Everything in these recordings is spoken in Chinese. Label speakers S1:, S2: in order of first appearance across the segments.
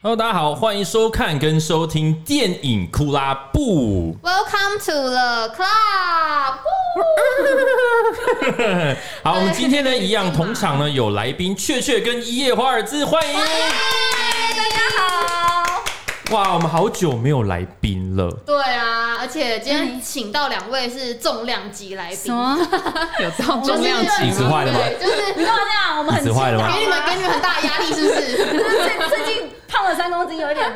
S1: Hello，大家好，欢迎收看跟收听电影库拉布。
S2: Welcome to the club
S1: 好，我们今天呢一样，同场呢有来宾雀雀跟一夜华尔兹，欢迎！
S2: 耶大家好。
S1: 哇，我们好久没有来宾了。
S2: 对啊，而且今天请到两位是重量级来
S3: 什
S2: 宾，
S3: 么？有到
S2: 就是
S3: 重量级？
S1: 椅子坏了吗
S2: 对，就是
S4: 你干嘛这样？我们很
S1: 椅子坏了吗
S2: 给你们给你们很大的压力，是不 是？
S4: 最最近胖了三公斤，有一点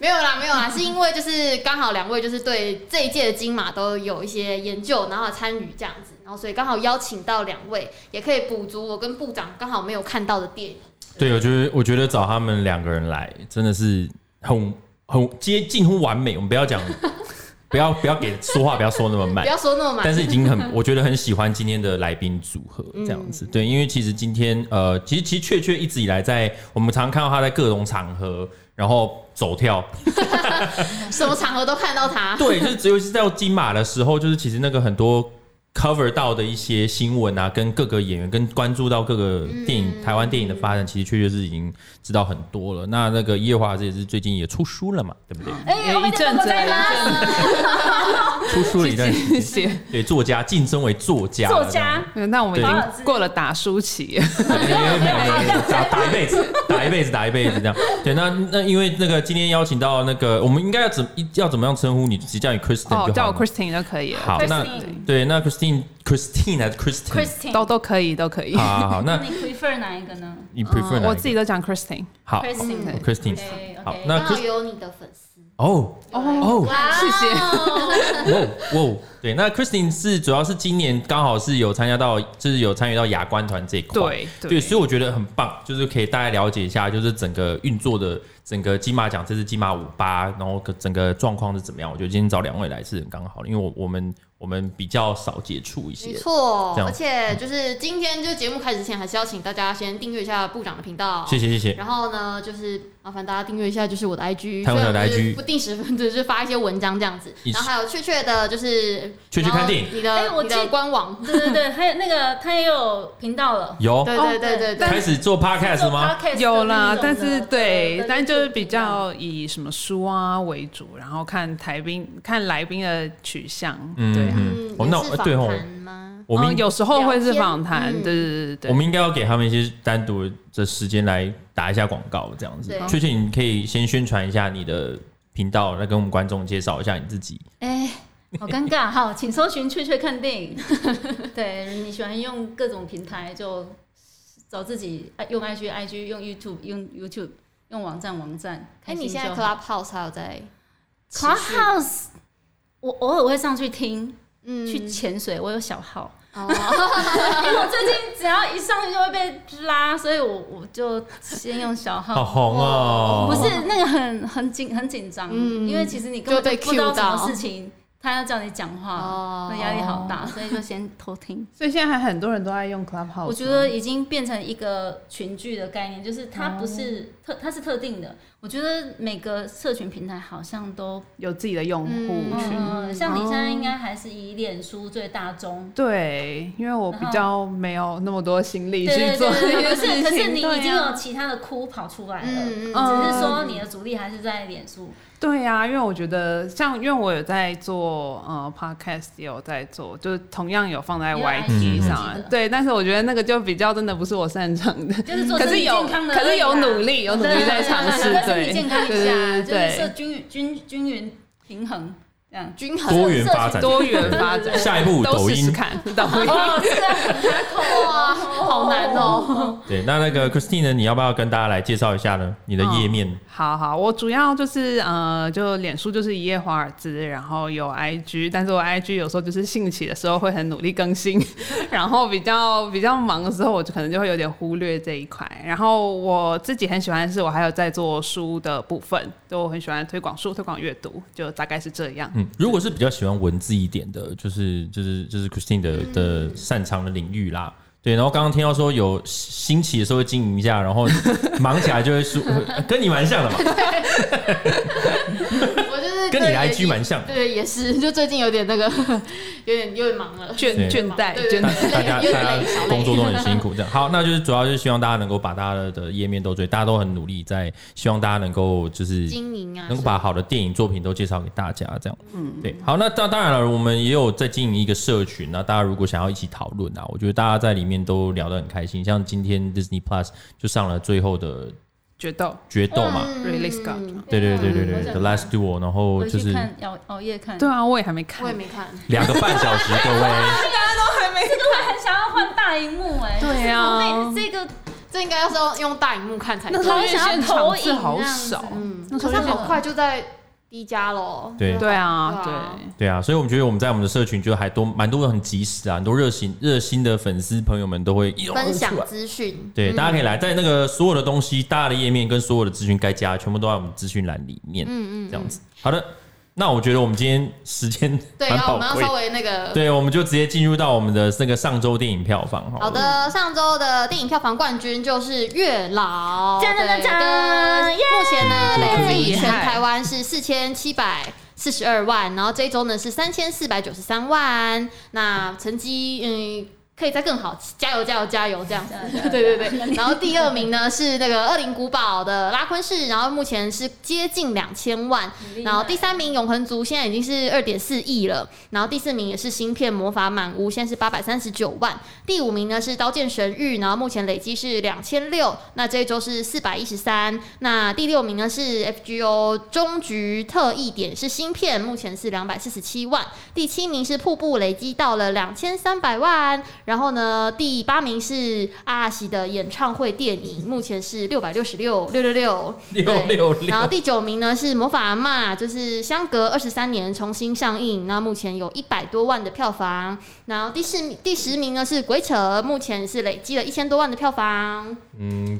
S2: 没有啦，没有啦，是因为就是刚好两位就是对这一届的金马都有一些研究，然后参与这样子，然后所以刚好邀请到两位，也可以补足我跟部长刚好没有看到的电影。
S1: 对，我觉得我觉得找他们两个人来真的是很很接近乎完美。我们不要讲，不要不要给说话，不要说那么慢
S2: 不。要说那么满
S1: 但，是已经很，我 觉得很喜欢今天的来宾组合
S4: 嗯
S1: 这样子。对，因为其实今天呃，其实其实雀雀一直以来在我们常看到他在各种场合，然后走 跳，
S2: 什么场合都看到他。
S1: 对，就是只有是在金马的时候，就是其实那个很多 cover 到的一些新闻啊，跟各个演员，跟关注到各个电
S4: 嗯
S1: 影、台湾电影的发展，其实确确是已经知道很多了。那那个夜华这也是最近也出书了嘛，对不 对？
S4: 哎，
S3: 有
S4: 我
S3: 一
S4: 们
S3: 阵子
S4: 在吗？
S1: 出书了一段时间，
S3: 谢。
S1: 对，作家晋升为作家了，
S4: 作家
S3: 那我们已
S1: 对
S3: 经过了打书期，
S1: 没有没有没有打打一辈子，打一辈子，打一辈子这样。对，那那因为那个今天邀请到那个，我们应该要怎要怎么样称呼你？直接叫你 Kristen 就好
S3: 哦，
S1: 了。
S3: 叫我 Christine 就可以了，
S1: 好，那
S4: Christine
S1: 对，那 Christine Christine 还是 Christine？
S4: Christine，
S3: 都都可以，都可以
S1: 好。好好，
S4: 那
S1: 那
S4: 你 prefer 哪一个呢
S1: 你 prefer 哪一个
S3: 我自己都讲 Christine，
S1: 好嗯
S4: Christine
S1: Christine
S4: OK，OK
S1: 好，
S2: 刚
S1: 那
S2: 好
S1: Chris
S2: 有你的粉丝，
S1: 哦哦
S2: 哇
S3: 谢谢
S2: 哦
S1: 哦哦，对，那 Christine 是主要是今年刚好是有参加到，就是有参与到亚冠团这一块，
S3: 对对
S1: 对，所以我觉得很棒，就是可以大概了解一下，就是整个运作的整个金马奖这次金马五八，然后整个状况是怎么样？我觉得今天找两位来是很刚好的，因为我我们我们比较少接触一些
S2: 没，错
S1: 这，样
S2: 而且就是今天就节目开始之前，还是要请大家先订阅一下部长的频道。
S1: 谢谢谢谢，
S2: 然后呢，就是麻烦大家订阅一下，就是我的 IG，
S1: 台湾的
S2: 虽然就是
S1: IG
S2: 不定时就是发一些文章这样子。
S1: 一起
S2: 然后还有雀雀的，就是
S1: 雀雀看电影
S2: 然后你的、
S4: 哎我
S2: 你
S4: 记
S2: 的
S4: 得
S2: 官网，
S4: 对对对，还有那个他也有频道了，
S1: 有
S2: 对对对对对。
S1: 开始做 podcast 了吗？
S4: 做 podcast 的那种的？
S3: 有啦，但是对，
S4: 的
S3: 但就是比较以什么书啊为主，然后看台宾看来宾的取向，对啊。
S1: 嗯哦那
S2: 也是
S1: 对
S2: 访
S1: 哦
S2: 谈吗？
S1: 我们
S3: 嗯有时候会
S2: 聊
S3: 是
S2: 天
S3: 访谈，
S2: 嗯
S3: 对对对对
S1: 我
S3: 对。
S1: 们应该要给他们一些单独的时间来打一下广告，这样子
S2: 对。
S1: 确切你可以先宣传一下你的频道，来跟我们观众介绍一下你自己。
S4: 哎。 好尴尬，好，请搜寻“雀雀看电影”。对你喜欢用各种平台，就找自己啊用 IG、IG 用 YouTube、用 YouTube、用网站、网站。
S2: 哎，你现在
S4: 开心就好
S2: Clubhouse 还有在持续
S4: Clubhouse，我偶尔会上去听，
S2: 嗯
S4: 去潜水，我有小 号，
S2: 哦，
S4: 因为哎我最近只要一上去就会被拉，所以我我就先用小
S1: 好
S4: 号。
S1: 红哦！
S4: 不是那个很很紧很紧张，
S2: 嗯
S4: 因为其实你根
S2: 就
S4: 本
S2: 被
S4: 就不知道
S2: cue
S4: 什么
S2: 到
S4: 事情，他要叫你讲
S2: 哦
S4: 话， 那压力好大，哦所以就先偷听。
S3: 所以现在还很多人都在用 Clubhouse，
S4: 我觉得已经变成一个群聚的概念，就是它不是特，它是特定的。我觉得每个社群平台好像都，
S3: 有自己的用户
S2: 嗯
S3: 群，
S4: 嗯，像你现在应该还是以脸书最大宗，
S3: 对，因为我比
S4: 然后
S3: 较没有那么多心力
S4: 对
S3: 去
S4: 对
S3: 做
S4: 对
S3: 这
S4: 对，
S3: 件
S4: 可
S3: 事
S4: 是
S3: 情。
S4: 可是你已
S3: 对
S4: 经
S3: 啊
S4: 有其他的哭跑出来了，
S2: 嗯嗯
S4: 只
S3: 嗯
S4: 是说你的主力还是在脸书。
S3: 对呀、因为我觉得像，因为我有在做呃 podcast，也有在做，就是同样有放在
S4: 有
S3: YT
S4: 嗯
S3: 上
S4: 我
S3: 啊
S4: 记得，
S3: 对。但是我觉得那个就比较真的不是我擅长的，
S4: 就是做
S3: 可
S4: 身
S3: 是
S4: 体
S3: 有
S4: 健康的而已啦，
S3: 可是有努力有努力在尝试
S4: 对对对
S3: 对
S4: 身体健康一
S3: 对
S4: 下，
S3: 对对
S4: 就是
S3: 对
S4: 是均均均匀平衡这样。
S2: 均衡
S1: 多元发展，
S3: 多元发展，
S1: 下一步
S3: 都
S1: 抖
S3: 试试
S1: 音。
S3: 看，抖音。
S4: 哦，是啊，
S2: 哇， 好难哦。
S1: 对，那那个 Christine 呢？你要不要跟大家来介绍一下呢？你的页面
S3: 好好，我主要就是呃，就脸书就是一夜华尔兹，然后有 IG，但是我 IG 有时候就是兴起的时候会很努力更新， 然后比较比较忙的时候，我就可能就会有点忽略这一块。然后我自己很喜欢的是，我还有在做书的部分，就我很喜欢推广书、推广阅读，就大概是这样。
S1: 嗯，如果是比较喜欢文字一点的，就是就是就是 Christine 的的擅长的领域啦。对，然后刚刚听到说有兴起的时候会经营一下，然后 忙起来就会输，跟你蛮像的嘛。
S2: 我就是
S1: 跟你的 IG 蛮像的。
S2: 对，也是，就最近有点那个， 有点有点忙了，
S3: 倦
S1: 对
S3: 倦怠
S2: 对
S3: 倦
S1: 大
S3: 怠。
S1: 大家
S2: 有点累
S1: 大
S2: 有点累
S1: 家
S2: 小累
S1: 工作都很辛苦，这样好，那就是主要就是希望大家能够把大家的页面都追，大家都很努力在，希望大家能够就是
S2: 经营啊，
S1: 能够把好的电影作品都介绍给大家，这样，嗯，对，好，那当当然了，我们也有在经营一个社群，那大家如果想要一起讨论啊，我觉得大家在里面都聊得很开心，像今天 Disney Plus 就上了最后的
S3: 决斗
S1: 决斗嘛，
S2: 嗯
S3: release card，
S1: 对对对对
S4: 嗯我
S1: 对
S4: 想
S1: ，The Last Duel，然后
S4: 回
S1: 就
S4: 去
S1: 是
S4: 看熬熬夜看，
S3: 对啊，我也还没看
S2: 我也，嗯没看，
S1: 两个半小时，各位，
S4: 这个我很想要换大荧幕哎，
S3: 对啊
S4: 就是我妹这个
S2: 这应该要是要用大荧幕看才
S3: 那
S2: 对
S3: 时。候
S4: 好
S3: 院
S4: 想要
S3: 线
S4: 投
S3: 场
S4: 影
S3: 次好
S4: 这样子
S3: 少，
S2: 嗯，
S3: 那时
S2: 可
S3: 候
S2: 是
S3: 就是
S2: 好快就在低加喽。
S1: 对
S3: 对啊，
S2: 对啊
S3: 对，
S1: 对啊，所以我们觉得我们在我们的社群就还多蛮多很及时啊，很多热心热心的粉丝朋友们都会
S3: 啊
S1: 一拥而
S2: 分享嗯
S1: 出来
S2: 资讯，
S1: 对，大家可以来，在那个所有的东西、大家的页面跟所有的资讯该加的，全部都在我们资讯栏里面。嗯嗯，这样子。好的，那我觉得我们今天时间
S2: 对，
S1: 蛮
S2: 然
S1: 宝
S2: 后我们要
S1: 贵
S2: 稍，微那个
S1: 对，我们就直接进入到我们的那个上周电影票房好了
S2: 好，的，上周的电影票房冠军就是《月老》，
S4: 真的真的
S2: 对跟
S4: 耶
S2: 目前呢累计
S3: 厉
S2: 全
S3: 害
S2: 台湾是四千七百。四十二万，然后这一周呢是三千四百九十三万，那成绩嗯可以再更好，加油加油加油这 样子
S4: 加油加，油
S2: 对对对。然后第二名呢是那个恶灵古堡的拉昆市，然后目前是接近两千万，
S4: 厉害
S2: 然后第三名永恒族现在已经是二点四亿了，然后第四名也是芯片魔法满屋，现在是八百三十九万。第五名呢是刀剑神域，然后目前累积是两千六，那这一周是四百一十三。那第六名呢是 FGO 终局特异点是芯片，目前是两百四十七万。第七名是瀑布，累积到了两千三百万。然后呢，第八名是阿拉西的演唱会电影，目前是六百六十六六六六
S1: 六六
S2: 然后
S1: 六。
S2: 第九名呢是《魔法阿嬷》，就是相隔二十三年重新上映，那目前有一百多万的票房。然后第四、第十名呢是《鬼扯》，目前是累积了一千多万的票房。
S1: 嗯，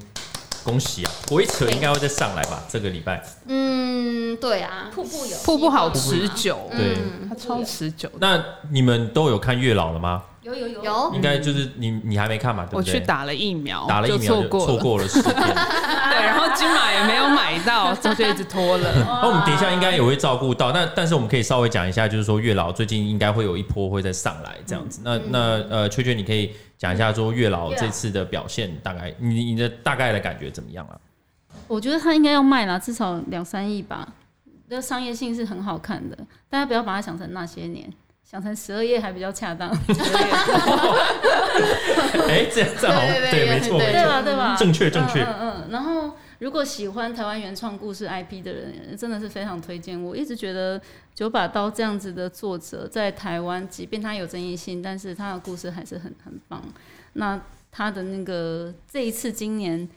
S1: 恭喜啊！鬼扯应该会再上来吧？这个礼拜。
S2: 嗯，对啊，
S4: 瀑布有
S3: 瀑布好持久，
S1: 对
S2: 嗯
S3: 它超持久的。
S1: 那你们都有看月老了吗？
S4: 有有有
S2: 有
S1: 应该就是你你还没看嘛？对不
S3: 我
S1: 对？
S3: 去打了疫苗，
S1: 打了疫
S3: 就
S1: 苗
S3: 错
S1: 就
S3: 过
S1: 错
S3: 了，
S1: 过了时间。
S3: 对，然后金马也没有买 到，所以就一直拖了。
S1: 那我们等一下应该也会照顾到，那但是我们可以稍微讲一下，就是说月老最近应该会有一波会再上来这样子。
S2: 嗯
S1: 那那呃，雀雀你可以讲一下说月老这次的表现大概，你你的大概的感觉怎么样啊？
S4: 我觉得它应该要卖啦，至少两三亿吧。那商业性是很好看的，大家不要把它想成那些年，想成十二夜还比较恰当，
S1: 哎，这样这样好像
S2: 对对
S1: 对，
S2: 对
S1: 没错
S2: 对啊
S1: 没错，
S4: 对吧？对啊吧？
S1: 正确正确
S4: 嗯。嗯嗯。然后，如果喜欢台湾原创故事 IP 的人，真的是非常推荐。我一直觉得《九把刀》这样子的作者在台湾，即便他有争议性，但是他的故事还是很很棒。那他的那个这一次今年《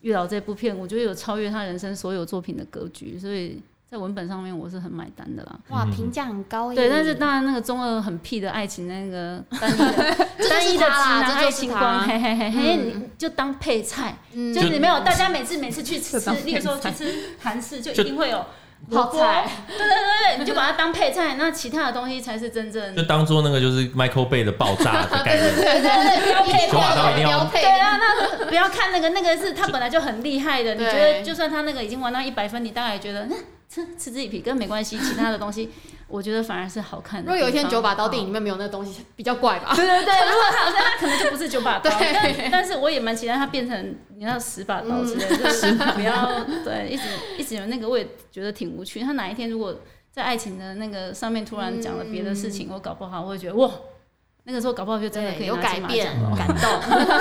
S4: 月老》这部片，我觉得有超越他人生所有作品的格局，所以在文本上面我是很买单的啦。
S2: 哇，评价很高耶。
S4: 对，但是当然那个中二很屁的爱情，那个单一的
S2: 这就
S4: 单
S2: 是
S4: 一的直
S2: 他啦，
S4: 男
S2: 这
S4: 爱
S2: 就是
S4: 情
S2: 他
S4: 观，。嘿嘿嘿嘿，你就当配菜，
S2: 嗯
S4: 就是你没有，大家每次每次去吃
S3: 就当，
S4: 例如说去
S3: 配
S4: 吃韩式，就
S1: 就
S4: 一定会有
S2: 泡菜，
S4: 对对对对，你就把它当配菜，那其他的东西才是真正
S1: 就当做那个就是 Michael Bay 的爆炸的概念，
S2: 嗯对对对，标配
S1: 九把刀一定要
S2: 标配
S4: 对。啊，那不要看那个那个是他本来就很厉害的，你
S2: 对
S4: 觉得就算他那个已经玩到一百分，你大概也觉得嗯吃吃自己皮跟没关系，其他的东西我觉得反而是好看的地
S2: 如
S4: 方。
S2: 果有一天九把刀电影里面没有那个东西，比较怪吧？
S4: 对对对，如果他有在，他可能就不是九把刀，
S2: 对
S4: 但但是我也蛮期待他变成你要十把刀之类
S2: 嗯
S4: 的，就是不要对，一直一直有那个，我也觉得挺无趣。他哪一天如果在爱情的那个上面突然讲了别的事情，我搞不好我会觉得哇，那个时候搞不好就真的可
S2: 嗯对，
S4: 以
S2: 有
S4: 拿
S2: 改
S4: 金马
S2: 变
S4: 奖，
S2: 感动。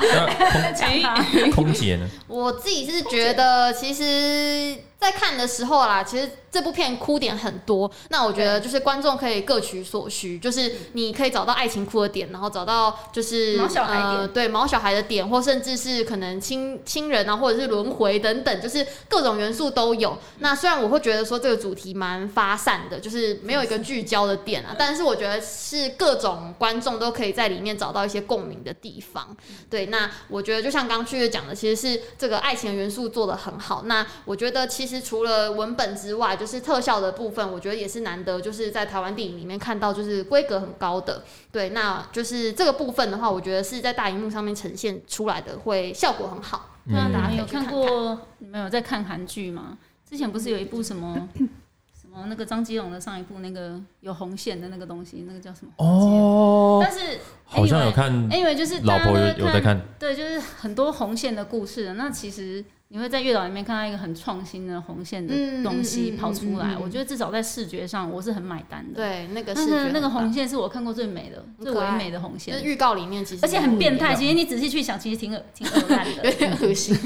S1: 对
S3: 哎，
S1: 那空空姐呢？
S2: 我自己是觉得，其实，在看的时候啦，其实这部片哭点很多。那我觉得就是观众可以各取所需，就是你可以找到爱情哭的点，然后找到就是
S4: 毛小孩点
S2: 呃、对毛小孩的点，或甚至是可能亲亲人啊，或者是轮回等等，就是各种元素都有。那虽然我会觉得说这个主题蛮发散的，就是没有一个聚焦的点啊，但是我觉得是各种观众都可以在里面找到一些共鸣的地方。对，那我觉得就像刚刚旭月讲的，其实是这个爱情的元素做的很好。那我觉得其实除了文本之外，就是特效的部分，我觉得也是难得，就是在台湾电影里面看到就是规格很高的。对，那就是这个部分的话，我觉得是在大荧幕上面呈现出来的，会效果很好。
S4: 对啊，
S1: 嗯
S4: 你
S2: 大家可
S4: 们
S2: 以
S4: 有
S2: 去
S4: 看
S2: 看
S4: 过？你们有在看韩剧吗？之前不是有一部什么什么那个张基龙的上一部那个有红线的那个东西，那个叫什么？
S1: 哦，
S4: 但是
S1: 好像有
S4: anyway-
S1: 看
S2: 哎
S4: anyway 就是
S1: 老
S4: 大家都
S1: 婆有
S4: 会
S1: 有在看，
S4: 对，就是很多红线的故事。那其实你会在月岛里面看到一个很创新的红线
S2: 嗯
S4: 的东西
S2: 嗯嗯
S4: 跑出
S2: 嗯
S4: 来，
S2: 嗯嗯
S4: 我觉得至少在视觉上我是很买单的。，
S2: 对，那个
S4: 那
S2: 是
S4: 个那个红，线是我看过最美的，最唯美的红
S2: 就是
S4: 线，
S2: 预告里面其实
S4: 而且很变态。
S2: 有
S4: 其实你仔细去想，其实挺恶挺恶烂的，
S2: 点恶心，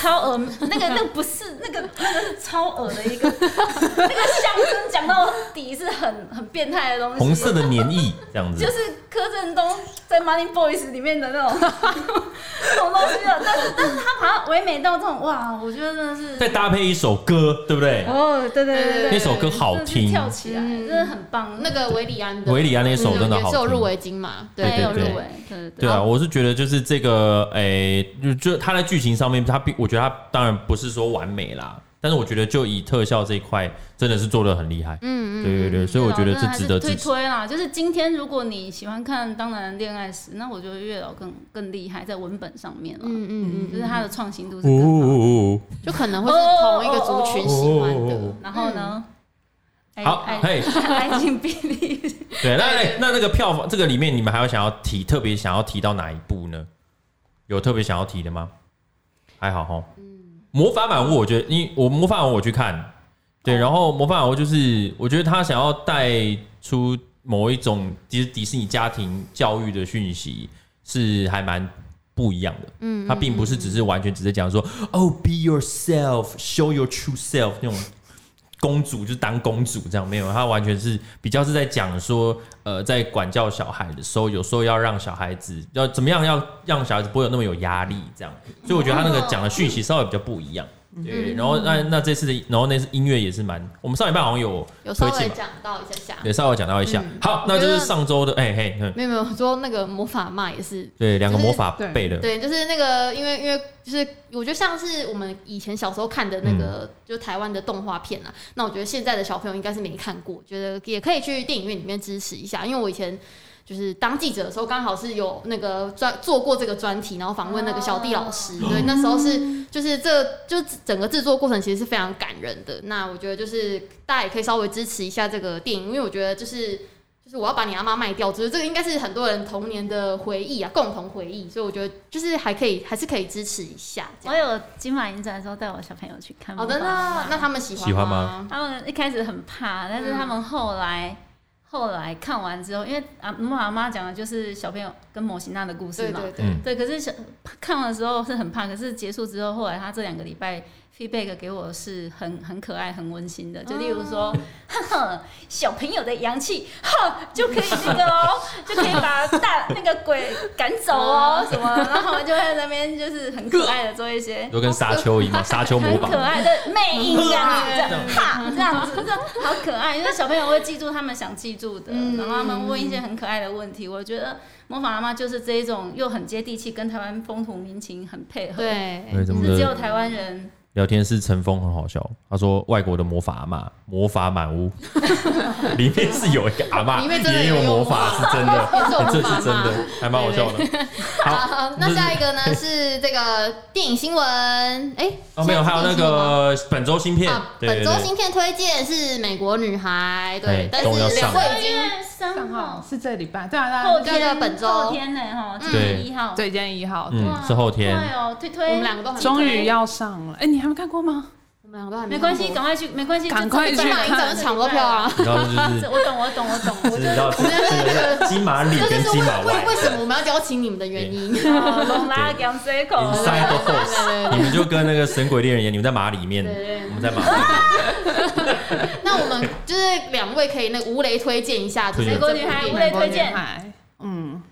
S4: 超恶，那个那个不是那个那个是超恶的一个， 那个象征讲到底是很很变态的东西。
S1: 红色的黏液这样子
S4: 就，是柯震东在《Money Boys》里面的那 种那种东西了，但是但是他把它唯美到这种哇，我觉得真的是
S1: 再搭配一首歌，对不对？
S4: 哦，对对对对，
S1: 那首歌好
S4: 真的是
S1: 听，
S4: 跳起来
S2: 嗯
S4: 真的很棒，
S2: 那个维里安的
S1: 维里安那首真的好
S2: 嗯也是有
S1: 听
S2: 入围金嘛，
S1: 对
S4: 还有入
S1: 对
S4: 围，对
S1: 对
S4: 对
S1: 啊，我是觉得就是这个，诶、就就它在剧情上面，它并我觉得它当然不是说完美啦，但是我觉得就以特效这一块，真的是做的很厉害。
S2: 嗯嗯，啊
S1: 对对对，所以我觉得这值得
S4: 推
S1: 支持。
S4: 推啦。啊就是今天如果你喜欢看《当男人恋爱时》，那我觉得月老更更厉害，在文本上面了，
S2: 嗯嗯嗯，
S4: 就是他的创新度是
S1: 哦
S4: 更好。
S1: 哦
S2: 就可能会是同一个族群喜欢
S1: 哦哦哦哦
S2: 的。
S4: 然后呢？
S1: 哦好，
S2: 哎
S4: 爱
S1: 嘿，
S4: 爱爱情比例，
S1: 对，那哎那那个票房这个里面，你们还有想要提特别想要提到哪一部呢？有特别想要提的吗？还好哈。魔法满屋，我觉得因我魔法满屋我去看，对，然后魔法满屋就是我觉得他想要带出某一种其实迪士尼家庭教育的讯息是还蛮不一样的。嗯，他并不是只是完全只是讲说哦，be yourself，show your true self 那种公主就是当公主这样，没有，她完全是比较是在讲说，呃，在管教小孩的时候，有时候要让小孩子要怎么样，要让小孩子不会有那么有压力这样。所以我觉得他那个讲的讯息稍微比较不一样。对，然后那那这次的，然后那次音乐也是蛮，我们上礼拜好像有
S2: 有稍
S1: 推
S2: 微
S1: 荐吧，
S2: 讲到一下下，
S1: 对，稍微讲到一下。好，那就是上周的，哎、嘿，嗯，
S2: 没有没有，我说那个魔法骂也是
S1: 对，两个魔法
S3: 就是
S1: 背的，
S2: 对，就是那个，因为因为就是我觉得像是我们以前小时候看的那
S1: 嗯
S2: 个，就是台湾的动画片啊。那我觉得现在的小朋友应该是没看过，觉得也可以去电影院里面支持一下。因为我以前就是当记者的时候，刚好是有那个专做过这个专题，然后访问那个小弟老师。对，那时候是就是这就整个制作过程其实是非常感人的。那我觉得就是大家也可以稍微支持一下这个电影，因为我觉得就是。就是我要把你阿妈卖掉，就是这个应该是很多人童年的回忆啊，共同回忆，所以我觉得就是还可以，还是可以支持一下这
S4: 我
S2: 样。
S4: 有金马影展的时候带我小朋友去看。
S2: 好的呢，
S4: 啊
S2: 那他们喜欢
S1: 喜欢
S2: 吗？
S4: 他们一开始很怕，但是他们后来、后来看完之后，因为啊，木马妈讲的就是小朋友跟摩西娜的故事
S2: 对
S4: 嘛，
S2: 对对，
S1: 嗯，
S4: 对可是小看完的时候是很怕，可是结束之后，后来他这两个礼拜 feedback 给我是很很可爱、很温馨的，就例如 说，呵呵，小朋友的阳气，呵，就可以那个 哦，就可以把大那个鬼赶走哦，什么，然后我就会在那边就是很可爱的做一些。
S1: 都跟沙丘一样，沙丘魔
S4: 很可
S1: 法。
S4: 爱的魅影啊，这样哈，这样子，这样好可爱。因为小朋友会记住他们想记住的，
S2: 嗯
S4: 然后他们问一些很可爱的问题。我觉得模仿妈妈就是这一种又很接地气，跟台湾风土民情很配合。，
S1: 对，
S2: 对，
S1: 怎
S4: 就
S1: 么
S4: 是只
S1: 的
S4: 有台湾人。
S1: 聊天室陈峰很好笑，他说外国的魔法阿妈魔法满 屋，里面是有一个阿妈，
S2: 里面真的
S1: 也
S2: 有
S1: 有
S2: 一个
S1: 魔
S2: 魔
S1: 法，是真的，
S2: 也是
S1: 欸
S2: 我们
S1: 这
S2: 妈
S1: 是真
S2: 妈。
S1: 的，还蛮好笑的。好
S2: 好，，那下一个呢是这个电影新闻，哎，
S1: 哦没有，还有那
S2: 现在是电影新闻吗。
S1: 个本周新片
S2: 啊，，
S1: 对
S2: 本
S1: 对
S2: 周
S1: 对，
S2: 新片推荐是《美国女孩》，
S1: 哎
S2: 对，但是
S1: 终于要
S2: 两
S1: 上
S2: 位
S4: 二
S2: 已经
S4: 月三
S3: 上号
S4: 号，
S3: 是这礼拜，对啊，对
S4: 后
S3: 啊，
S2: 对啊
S4: 天
S2: 本周
S4: 后天呢，哈，今
S1: 对
S4: 天一号，
S3: 对，今天一号，
S1: 嗯，是后天，
S4: 对哦，推推，
S2: 我们两个都很
S3: 终于要上了。哎，你还没看过吗？
S2: 我们两个都还
S4: 没关系，
S2: 看过
S4: 赶快去，没关系，
S3: 赶快去
S2: 起
S4: 起
S2: 码
S4: 码
S2: 你早就抢过票啊。
S1: 然后就是
S4: 我懂，我懂，我懂，我
S1: 就是
S4: 就
S1: 知道这个金马里
S2: 这
S1: 跟
S2: 就是
S1: 金
S2: 为
S1: 马
S2: 为
S1: 外
S2: 为什么我们要邀请你们的原因。
S4: 龙哦拉 两 C 口，
S1: ，inside the host，
S2: 对
S1: 你们就跟那个神鬼猎人一样，你们在马里面，
S2: 对对
S1: 我们在马里面，
S2: 那我们就是两位可以那个无雷推荐一下，就是
S1: 推荐
S2: 这部电影
S4: 美国
S3: 美
S4: 女孩无雷
S3: 国
S4: 推
S3: 女
S4: 荐
S3: 孩，嗯，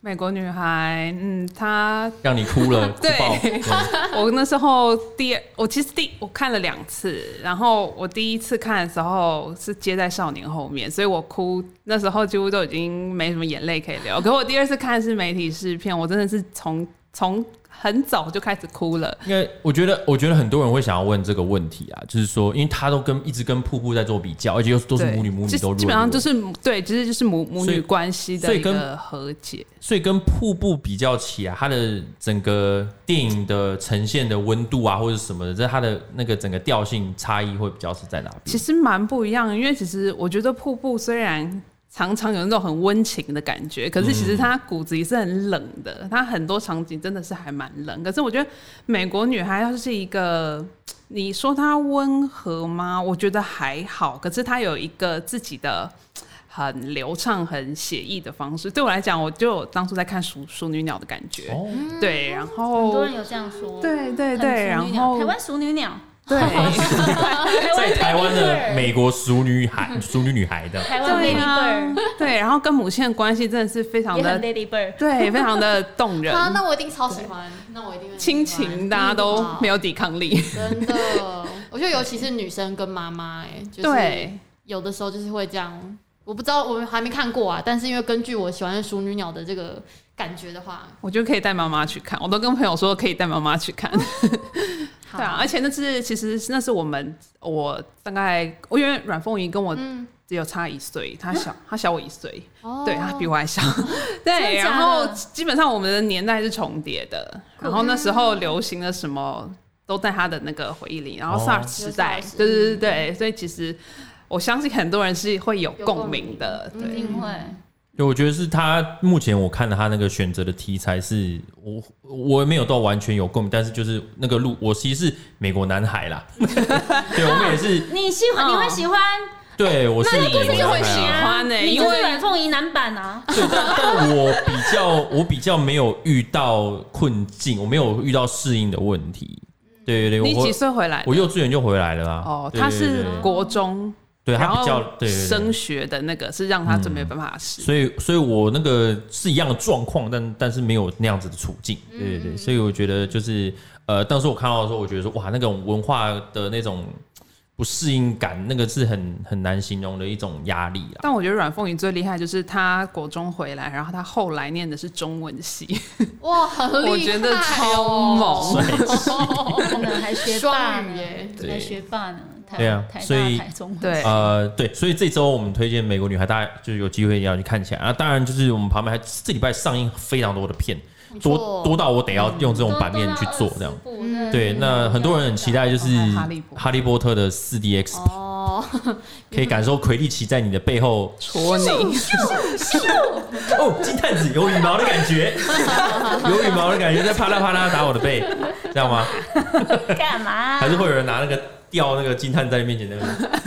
S3: 美国女孩，嗯，她
S1: 让你哭了，哭
S3: 对
S1: 爆。
S3: 我那时候第二，我其实第我看了两次，然后我第一次看的时候是接在少年后面，所以我哭那时候几乎都已经没什么眼泪可以流。可我第二次看是媒体试片，我真的是从从很早就开始哭了。
S1: 因为我觉得，我觉得很多人会想要问这个问题啊，就是说，因为他都跟一直跟瀑布在做比较，而且又都是
S3: 对
S1: 母女母女
S3: 就
S1: 都入，
S3: 基本上就是对，其实就是母母
S1: 所以
S3: 女关系
S1: 所
S3: 的
S1: 以
S3: 一
S1: 跟
S3: 个和解。
S1: 所以跟瀑布比较起来，它的整个电影的呈现的温度啊，或者什么的，这它的那个整个调性差异会比较是在哪
S3: 其
S1: 边？
S3: 实蛮不一样的，因为其实我觉得瀑布虽然常常有那种很温情的感觉，可是其实它骨子里是很冷的，它很多场景真的是还蛮冷。可是我觉得美国女孩要是一个，你说她温和吗？我觉得还好，可是她有一个自己的。呃很流畅、很写意的方式，对我来讲，我就有当初在看《熟熟女鸟》的感觉，
S1: 哦，
S3: 对，然
S4: 很
S3: 后
S4: 多人有这样说。
S3: 对
S4: 很
S3: 对
S4: 熟 女
S3: 对，
S4: 鸟
S3: 然后
S4: 台湾熟女鸟，
S3: 对，
S1: 在台湾的
S4: Ladybird
S1: 美国熟女海熟女女孩的，
S4: 台湾
S3: 对
S4: Lady
S3: 啊
S4: Bird，
S3: 对，然后跟母亲的关系真的是非常
S4: 也很
S3: 的，
S4: Lady Bird。
S3: 对，非常的动人，
S2: 啊，那我一定超喜欢，那我一定会嗯
S3: 亲情大家都没有抵抗力，
S4: 嗯
S2: 真的， 我觉得尤其是女生跟妈妈，哎，就是
S3: 对，
S2: 有的时候就是会这样。我不知道，我还没看过啊，但是因为根据我喜欢的熟女鸟的这个感觉的话，
S3: 我觉得可以带妈妈去看，我都跟朋友说可以带妈妈去看，
S2: 好
S3: 对啊，而且那是其实那是我们我大概我因为阮凤仪跟我
S2: 嗯，
S3: 只有差一岁，她小她小我一岁，
S2: 哦
S3: 对他比
S2: 我
S3: 我还小，
S4: 真的
S3: 对，
S4: 假的
S3: 然后基本上我们的年代是重叠的，然后那时候流行的什么都在他的那个回忆里，然后
S1: 哦
S3: SARS 时代，
S2: 有 SARS
S3: 对对对对，所以其实我相信很多人是会有
S2: 有
S3: 共
S2: 共
S3: 鸣的，
S2: 鸣
S4: 一
S3: 对，
S4: 定会，
S1: 对，我觉得是他目前我看了他那个选择的题材是，我我没有到完全有共鸣，但是就是那个路，我其实是美国男孩啦， 对我们也是，
S4: 你喜欢，
S3: 嗯
S4: 你会喜欢，
S1: 对我是美国
S3: 就
S1: 男
S3: 会
S1: 孩
S3: 喜
S1: 啊。
S3: 欢呢
S4: 你就
S3: 因
S4: 是
S3: 为
S4: 阮凤仪男版啊，
S1: 对，但但我比较我比较没有遇到困境，我没有遇到适应的问题。对对对，
S3: 你
S1: 我
S3: 几岁回来的？
S1: 我幼稚园就回来了啦。
S3: 哦，
S1: 对
S3: 他
S1: 对
S3: 是
S1: 对对
S3: 国中，
S1: 对
S3: 然
S1: 他比较
S3: 后
S1: 对对对嗯
S3: 升学的那个是让他最没办法适应。
S1: 所以，所以我那个是一样的状况，但但是没有那样子的处境，对对对，所以我觉得就是呃，当时我看到的时候，我觉得说哇，那种文化的那种不适应感，那个是很很难形容的一种压力啊。
S3: 但我觉得阮凤仪最厉害就是她国中回来，然后她后来念的是中文系，
S2: 哇，哦好厉害、哦，
S3: 我觉得超猛
S4: 真的还学霸
S2: 双语
S4: 呢，
S2: 耶，
S1: 对
S4: 还学霸呢，台
S1: 对啊
S4: 台
S1: 所以
S4: 大台中
S3: 对
S1: 呃，对，所以这周我们推荐《美国女孩》，大家就是有机会要去看起来啊。当然，就是我们旁边还这礼拜上映非常多的片，
S2: 没错
S1: 多多到我得要用这种版面去做这样。，
S2: 嗯
S1: 对，那很多人很期待就是
S3: 哦还有
S1: 《
S3: 哈利波特
S1: 哈利波特》的四 D X，
S2: 哦，
S1: 可以感受魁地奇在你的背后
S3: 戳你。
S1: 哦，金探子有羽毛的感觉，有羽毛的感觉在啪啦啪啦打我的背，这样吗？
S4: 干嘛
S1: 还？是会有人拿那个吊那个金探在面前那个？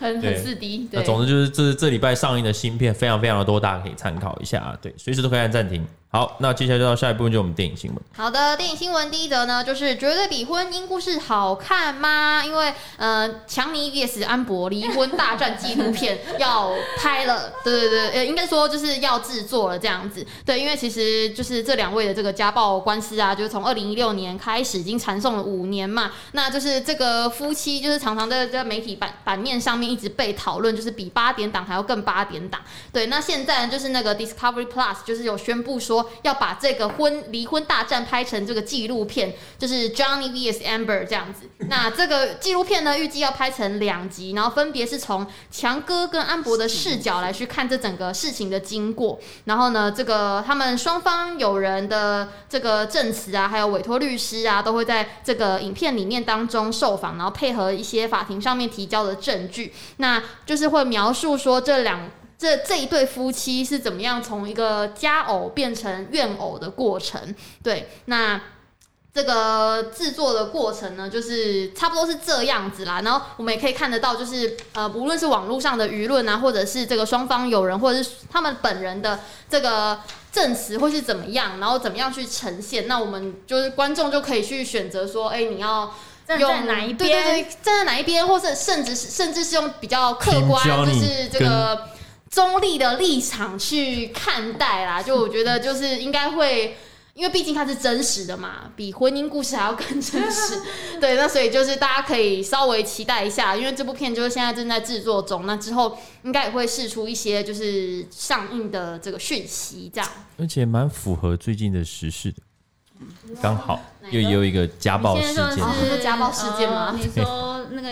S2: 很
S1: 对
S2: 很四 D，
S1: 那
S2: 对，
S1: 总之就是这这礼拜上映的新片非常非常的多，大家可以参考一下啊。对，随时都可以按暂停。好，那接下来就到下一部分，就是我们电影新闻。
S2: 好的，电影新闻第一则呢，就是绝对比婚姻故事好看吗？因为呃，强尼 vs 安博离婚大战纪录片要拍了，对对对，呃，应该说就是要制作了这样子。对，因为其实就是这两位的这个家暴官司啊，就是从二零一六年开始已经缠讼了五年嘛，那就是这个夫妻就是常常在在媒体版版面上面一直被讨论，就是比八点档还要更八点档。对，那现在就是那个 Discovery Plus 就是有宣布说要把这个婚离婚大战拍成这个纪录片，就是 Johnny vs Amber 这样子。那这个纪录片呢，预计要拍成两集，然后分别是从强哥跟安博的视角来去看这整个事情的经过。然后呢，这个他们双方有人的这个证词啊，还有委托律师啊，都会在这个影片里面当中受访，然后配合一些法庭上面提交的证据，那就是会描述说这两。这这一对夫妻是怎么样从一个佳偶变成怨偶的过程？对，那这个制作的过程呢，就是差不多是这样子啦。然后我们也可以看得到，就是呃，无论是网络上的舆论啊，或者是这个双方友人，或者是他们本人的这个证词会是怎么样，然后怎么样去呈现。那我们就是观众就可以去选择说，哎，你要
S4: 站在
S2: 用
S4: 哪一
S2: 对对对
S4: 边？，
S2: 站在哪一边，或者甚至是甚至是用比较客
S1: Team
S2: 观，就
S1: Johnny
S2: 是这个中立的立场去看待啦。就我觉得，就是应该会。因为毕竟它是真实的嘛，比婚姻故事还要更真 实。对，那所以就是大家可以稍微期待一下，因为这部片就是现在正在制作中，那之后应该也会释出一些 就是上映的这个讯息，这样。
S1: 而且蛮符合最近的时事的，刚好
S2: 哪
S1: 又
S2: 个
S1: 有一个家暴
S4: 你
S1: 事
S4: 现在
S1: 件
S4: 说，
S2: 哦
S4: 是
S2: 那家暴事件吗
S4: 哦你说那个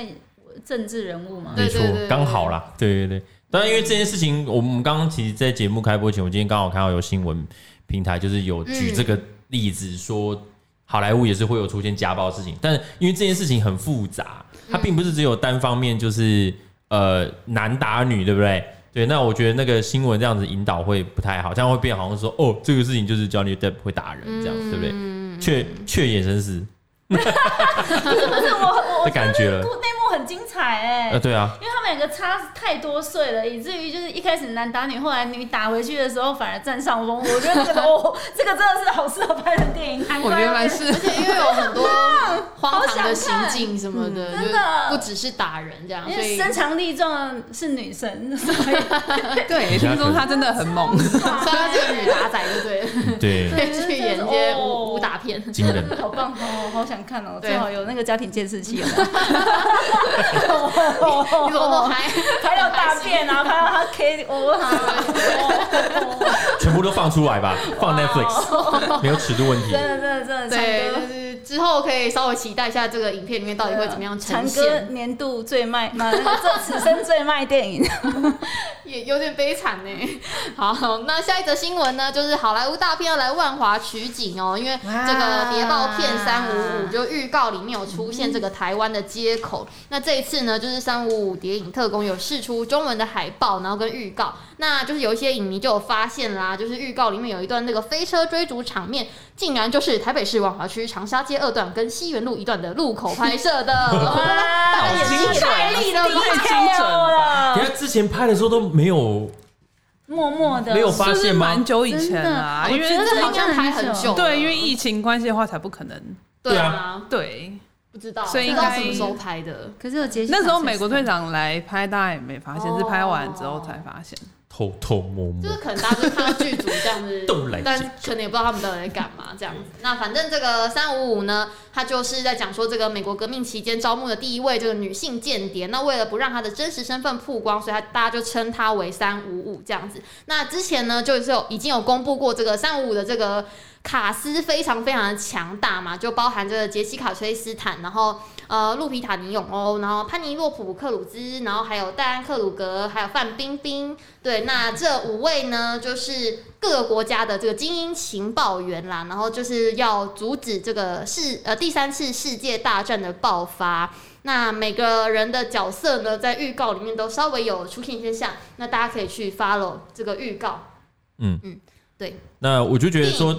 S4: 政治人物吗？
S1: 没
S2: 对
S1: 错
S2: 对对，对
S1: 刚好啦，对对对。当然，因为这件事情，我们刚刚其实，在节目开播前，我今天刚好看到有新闻平台就是有举
S2: 嗯
S1: 这个例子说。好莱坞也是会有出现家暴的事情，但因为这件事情很复杂，
S2: 嗯
S1: 它并不是只有单方面就是呃男打女，对不对？对，那我觉得那个新闻这样子引导会不太好，这样会变好像说哦，这个事情就是 Johnny Depp 会打人这样，对不对？确确眼神是
S4: 不是我 我
S1: 的感觉了，
S4: 我内幕很精彩哎、
S1: 呃，对啊，
S4: 因为他们两个差太多岁了，以至于就是一开始男打女，后来女打回去的时候反而占上风。我觉得这个哦，这个真的是好适合拍成电影，难
S3: 我觉
S4: 怪
S3: 得
S4: 要
S3: 蛮
S4: 变
S3: 适合
S2: 而。且因为有很 多荒
S4: 好
S2: 唐
S4: 想
S2: 的
S4: 看
S2: 行径什么嗯的，就是
S4: 真的
S2: 不只是打人这样，
S4: 因
S2: 所
S4: 为
S2: 以
S4: 身强力壮是女神， 所以
S3: 对，听说他真的很 猛。
S2: 所以他就是女打仔，就对了，
S1: 对，
S2: 可以去演一些武武打片。
S1: 惊人。
S4: 好棒，好好想看哦，
S2: 对
S4: 最好有那个家庭监视器哦。
S2: 你怎么都还
S4: 拍到哦大便啊，拍到他 K 我哦
S1: 全部都放出来 吧，放
S2: 哦
S1: Netflix，没有尺度问题
S4: 真。的真的真的，
S2: 对，就
S4: 强
S2: 是之后可以稍微期待一下这个影片里面到底
S4: 哥
S2: 会怎么样呈
S4: 强哥
S2: 现，
S4: 呃年度最卖，那那个这此生最卖电影。
S2: 也有点悲惨呢。 好，那下一则新闻呢，就是好莱坞大片要来万华取景哦，因为这个谍报片三五五就预告里面有出现这个台湾的街口。那这一次呢，就是三五五谍影特工有试出中文的海报，然后跟预告，那就是有一些影迷就有发现啦，就是预告里面有一段那个飞车追逐场面，竟然就是台北市万华区长沙街二段跟西园路一段的路口拍摄的，哇，
S4: 好啊
S2: 演技太厉了吧！
S3: 太精准
S1: 人
S3: 了
S4: 了，
S1: 家之前拍的时候都没有
S4: 默默的
S1: 没有 发
S3: 就是
S1: 现吗
S3: 蛮？久以前了、啊，因为
S2: 真的
S3: 这
S2: 好啊像拍很久了，
S3: 对，因为疫情关系的话才不可能。
S2: 对
S1: 对
S2: 啊，
S3: 对，
S2: 不知道，
S3: 所以
S2: 不知道
S3: 应该
S2: 什么时候拍的。
S4: 可是有杰
S3: 那时候美国队长来拍，大家也没发现，
S2: 哦
S3: 是拍完之后才发现。
S1: 偷偷摸摸
S2: 就是，可能大家就看到剧组这样 子
S1: 动来，
S2: 但
S1: 解
S2: 可能也不知道他们到底在干嘛这样子。那反正这个三五五呢，他就是在讲说这个美国革命期间招募的第一位这个女性间谍。那为了不让她的真实身份曝光，所以他大家就称她为三五五这样子。那之前呢，就是有已经有公布过这个三五五的这个。卡斯非常非常的强大嘛，就包含这个杰西卡·崔斯坦，然后呃，鹿皮塔尼永欧，然后潘尼洛普克鲁兹，然后还有戴安克鲁格，还有范冰冰。对，那这五位呢，就是各个国家的这个精英情报员啦，然后就是要阻止这个世呃第三次世界大战的爆发。那每个人的角色呢，在预告里面都稍微有出现一些像，那大家可以去 follow 这个预告，
S1: 嗯
S2: 嗯，对。
S1: 那我就觉得说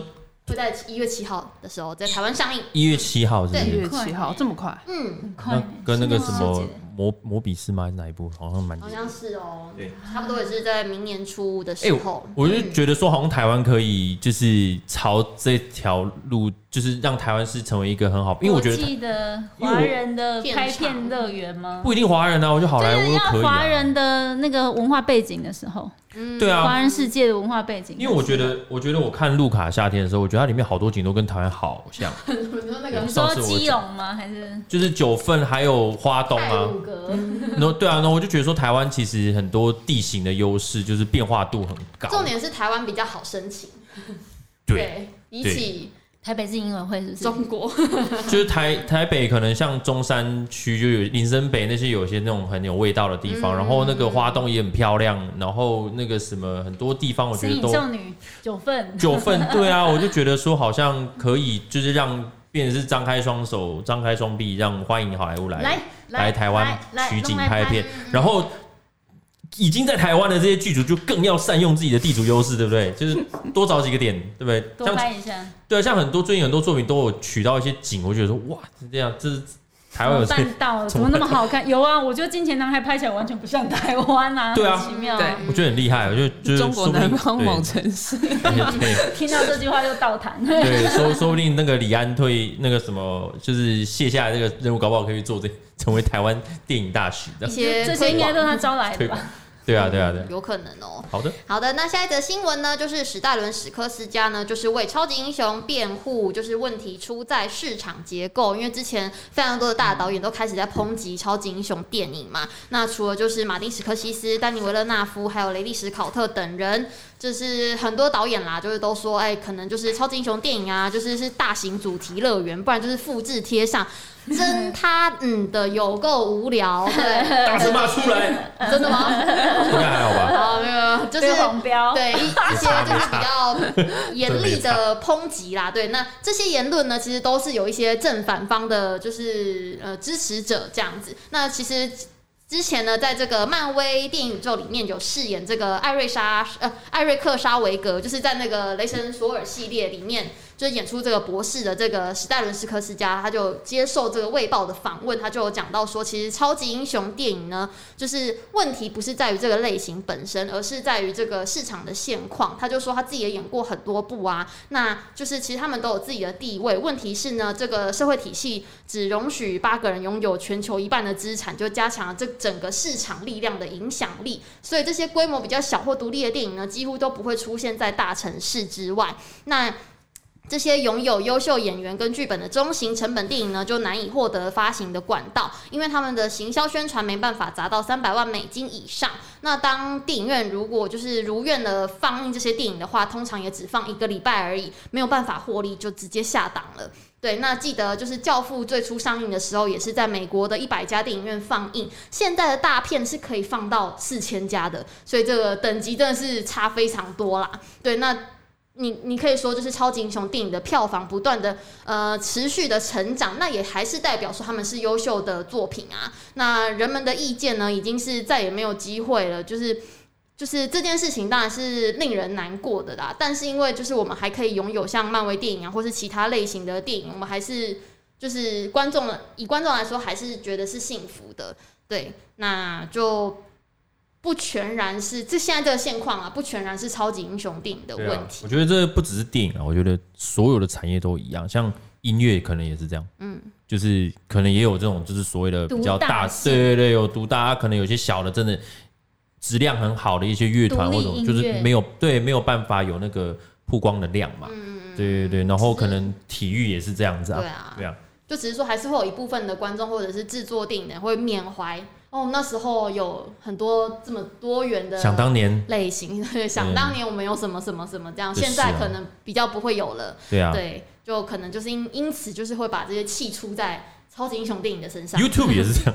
S2: 会在一月七号的时候在台湾上映。
S1: 一月七号是不
S3: 一
S1: 是？
S3: 月七号这么快，
S2: 嗯，
S1: 那跟那个什么摩摩比斯吗？还是哪一部？好像蛮。
S2: 好像是哦，
S1: 对，
S2: 差不多也是在明年初的
S1: 哎
S2: 时候。
S1: 我就
S2: 嗯
S1: 觉得说，好像台湾可以就是朝这条路，就是让台湾是成为一个很好，因为我觉得
S4: 记得
S1: 因为我
S4: 华人的拍
S2: 片
S4: 片乐园吗？
S1: 不一定华人啊，我觉得好莱
S4: 就是
S1: 坞都
S4: 要
S1: 可以
S4: 华
S1: 啊。
S4: 人的那个文化背景的时候，
S1: 对啊，
S4: 华人世界的文化背景。
S1: 因为我觉得，我觉得我看路卡夏天的时候，我觉得它里面好多景都跟台湾好像，
S2: 你说那
S1: 对
S2: 个
S4: 你
S1: 上
S4: 说
S1: 次我
S4: 基隆吗？还是
S1: 就是九份还有花东
S2: 泰
S1: 啊，
S2: 鲁格，
S1: 然后对啊，然后我就觉得说台湾其实很多地形的优势就是变化度很高，
S2: 重点是台湾比较好申请，
S1: 对，
S2: 比起
S4: 台北市英文会是不是？
S2: 中国，
S1: 就是台台北可能像中山区就有林森北那些有些那种很有味道的地方，然后那个花东也很漂亮，然后那个什么很多地方我觉
S4: 食
S1: 得
S4: 影
S1: 都
S4: 少女九份，
S1: 九份，对啊，我就觉得说好像可以，就是让变成是张开双手、张开双臂，让欢迎好莱坞来
S4: 来
S1: 来台湾
S4: 来
S1: 取景
S4: 弄来
S1: 拍片，然后已经在台湾的这些剧组就更要善用自己的地主优势，对不对？就是多找几个点，对不对？
S4: 多
S1: 像
S4: 拍一下。
S1: 对啊，像很多最近很多作品都有取到一些景，我就觉得说哇，是这样，这是台湾有这
S4: 办到怎么那么好看？有啊，我觉得金钱男孩拍起来完全不像台湾啊，
S1: 对啊
S4: 很奇妙。
S3: 对
S2: 嗯
S1: 我觉得很厉害，我就就是
S3: 中
S1: 说
S3: 国
S1: 不定
S3: 南方
S1: 对
S3: 某城市，
S1: 对 对
S4: 听到这句话又 倒弹。
S1: 对，说说不定那个李安退那个什么，就是卸下这个任务，搞不好可以做这成为台湾电影大使的
S2: 一。些
S4: 这些应该
S2: 推广
S4: 都是他招来的吧？
S1: 对啊，对啊，对啊。
S2: 有可能哦。
S1: 好的，
S2: 好的，那下一则新闻呢，就是史黛伦史科斯加呢，就是为超级英雄辩护，就是问题出在市场结构，因为之前非常多的大导演都开始在抨击超级英雄电影嘛。那除了就是马丁史科西斯、丹尼维勒纳夫，还有雷利史考特等人，就是很多导演啦，就是都说，哎、可能就是超级英雄电影啊，就是是大型主题乐园，不然就是复制贴上。真他嗯的有够无聊，对，
S1: 大声骂出来，
S2: 真的吗？
S1: 应该还好吧？
S2: 啊，没有，就是
S5: 被 黄
S4: 哦
S5: 标，
S2: 对一一些就是比较 严厉的抨击啦。对，那这些言论呢，其实都是有一些正反方的，就是呃支持者这样子。那其实。之前呢，在这个漫威电影宇宙里面有饰演这个艾瑞莎呃艾瑞克沙维格，就是在那个雷神索尔系列里面，就是演出这个博士的这个史黛伦史科斯加，他就接受这个《卫报》的访问，他就有讲到说，其实超级英雄电影呢，就是问题不是在于这个类型本身，而是在于这个市场的现况。他就说他自己也演过很多部啊，那就是其实他们都有自己的地位。问题是呢，这个社会体系只容许八个人拥有全球一半的资产，就加强了这整个市场力量的影响力。所以这些规模比较小或独立的电影呢，几乎都不会出现在大城市之外。那这些拥有优秀演员跟剧本的中型成本电影呢，就难以获得发行的管道，因为他们的行销宣传没办法砸到三百万美金以上。那当电影院如果就是如愿的放映这些电影的话，通常也只放一个礼拜而已，没有办法获利，就直接下档了。对，那记得就是《教父》最初上映的时候，也是在美国的一百家电影院放映。现在的大片是可以放到四千家的，所以这个等级真的是差非常多啦。对，那你你可以说就是超级英雄电影的票房不断的呃持续的成长，那也还是代表说他们是优秀的作品啊。那人们的意见呢，已经是再也没有机会了，就是。就是这件事情当然是令人难过的啦，但是因为就是我们还可以拥有像漫威电影啊，或是其他类型的电影，我们还是就是观众以观众来说还是觉得是幸福的，对，那就不全然是这现在这个现况啊，不全然是超级英雄电影的
S1: 对啊
S2: 问，题
S1: 我，觉得这不只是电影啊，我觉得所有的产业都一样，像音乐可能也是这样，嗯，就是可能也有这种就是所谓的比较大，
S5: 独大性
S1: 对对对，有独大，可能有些小的真的质量很好的一些乐团
S5: 独
S1: 或
S5: 立
S1: 者
S5: 音乐
S1: 就是没有对没有办法有那个曝光的量嘛，对对对，然后可能体育也是这样子啊
S2: 对，啊，
S1: 对啊，
S2: 就只是说还是会有一部分的观众或者是制作电影的人会缅怀哦，我们那时候有很多这么多元的
S1: 啊想当年
S2: 类型。 对，想当年我们有什么什么什么这样，
S1: 就是啊
S2: 现在可能比较不会有了。
S1: 对啊
S2: 对，就可能就是因因此就是会把这些气出在超级英雄电影的身上。
S1: ，YouTube 也是这样，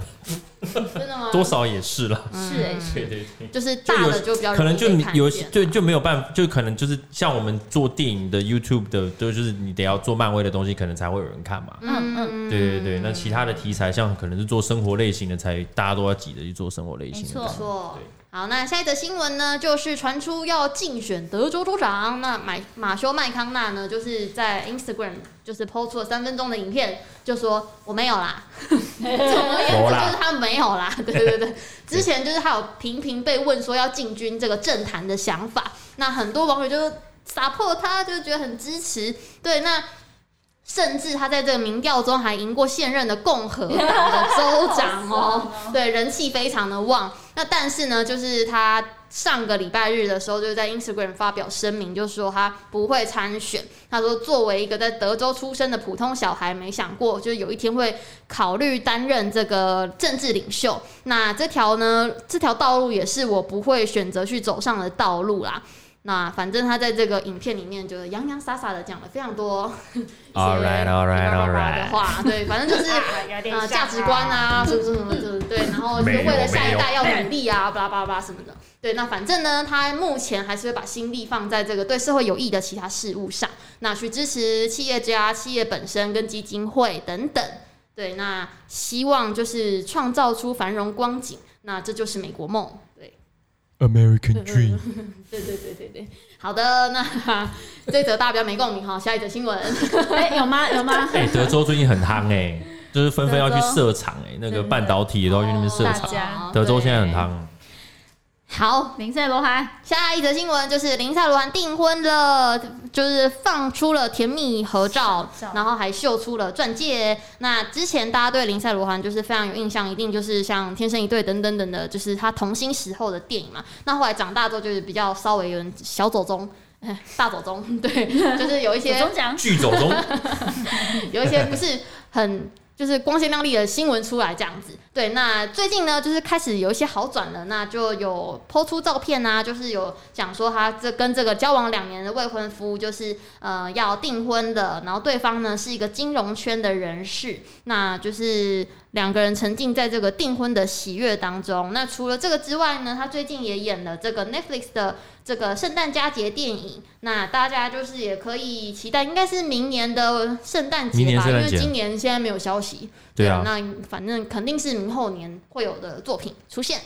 S2: 真的吗？
S1: 多少也是啦，
S4: 嗯
S5: 是
S4: 欸
S5: 哎、
S1: 对对对。
S2: 就是大的就比较
S1: 可能就
S2: 容易
S1: 你
S2: 被看
S1: 有
S2: 见啊嗯
S1: 就就没有办法，就可能就是像我们做电影的 YouTube 的，就就是你得要做漫威的东西，可能才会有人看嘛。
S5: 嗯嗯，
S1: 对对对，那其他的题材像可能是做生活类型的，才大家都要挤着去做生活类型
S5: 没
S1: 的
S5: 错
S1: 嘛。
S2: 错
S1: 对。
S2: 好，那下一则新闻呢，就是传出要竞选德州州长。那马马修麦康纳呢，就是在 Instagram 就是 PO 出了三分钟的影片，就说我没有啦，
S4: 嗯
S2: 总而言
S1: 没
S2: 之
S1: 啦
S2: 就是他没有啦。对对对，之前就是他有频频被问说要进军这个政坛的想法，那很多网友就撒破他，就觉得很支持。对，那甚至他在这个民调中还赢过现任的共和党的州长
S5: 好
S2: 哦，对，人气非常的旺。那但是呢，就是他上个礼拜日的时候，就在 Instagram 发表声明，就说他不会参选。他说，作为一个在德州出生的普通小孩，没想过就是有一天会考虑担任这个政治领袖。那这条呢，这条道路也是我不会选择去走上的道路啦。那反正他在这个影片里面就是洋洋洒洒的讲了非常多
S1: All right, all right, all
S2: 的
S1: right。
S2: 话，对，反正 就是
S5: 有点
S2: 啊，
S5: 像
S2: 价值观，啊，什么什么的，对，然后就是为了下一代要努力啊，巴拉巴拉巴拉什么的，对，那反正呢，他目前还是会把心力放在这个对社会有益的其他事物上，那去支持企业家、企业本身跟基金会等等，对，那希望就是创造出繁荣光景，那这就是美国梦，对。
S6: American dream.
S2: 对对对对对，好的，那这则大标没共鸣哈，下一则新闻，
S5: 哎、有吗？有吗？
S1: 哎，德州最近很夯哎，就是纷纷要去
S5: 德州
S2: 哦
S1: 设厂哎，那个半导体也都要去那边设
S4: 大
S1: 厂。
S4: 家
S1: 德州现在很
S2: 对
S1: 夯，
S2: 好，
S4: 林赛罗涵，
S2: 下一则新闻就是林赛罗涵订婚了，就是放出了甜蜜合照，然后还秀出了钻戒。那之前大家对林赛罗涵就是非常有印象，一定就是像《天生一对》等等等的，就是他童星时候的电影嘛。那后来长大之后，就是比较稍微有点小走中。哎大走中，对，就是有一些
S4: 左中奖，
S1: 剧走中，
S2: 有一些不是很就是光鲜亮丽的新闻出来这样子。对，那最近呢，就是开始有一些好转了，那就有抛出照片啊，就是有讲说他这跟这个交往两年的未婚夫，就是呃要订婚的，然后对方呢是一个金融圈的人士，那就是两个人沉浸在这个订婚的喜悦当中。那除了这个之外呢，他最近也演了这个 Netflix 的这个圣诞佳节电影，那大家就是也可以期待，应该是明年的圣诞
S1: 明
S2: 节
S1: 年
S2: 吧，
S1: 圣
S2: 因
S1: 诞
S2: 为
S1: 节
S2: 今年现在没有消息。
S1: 对啊，
S2: 那反正肯定是明后年会有的作品出现。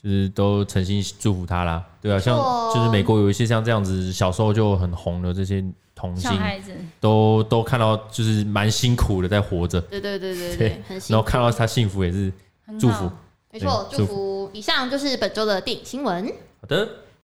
S1: 就是都诚心祝福他啦。对啊，像
S2: 错
S1: 就是美国有一些像这样子小时候就很红的这些童
S4: 小
S1: 星，
S4: 孩子，
S1: 都都看到就是蛮辛苦的在活着，
S2: 对对对对
S1: 对
S2: 对，很辛
S1: 然后
S2: 苦。
S1: 看到他幸福也是
S4: 很好
S1: 祝福。
S2: 没错，
S1: 对
S2: 祝福。以上就是本周的电影新闻。
S1: 好的，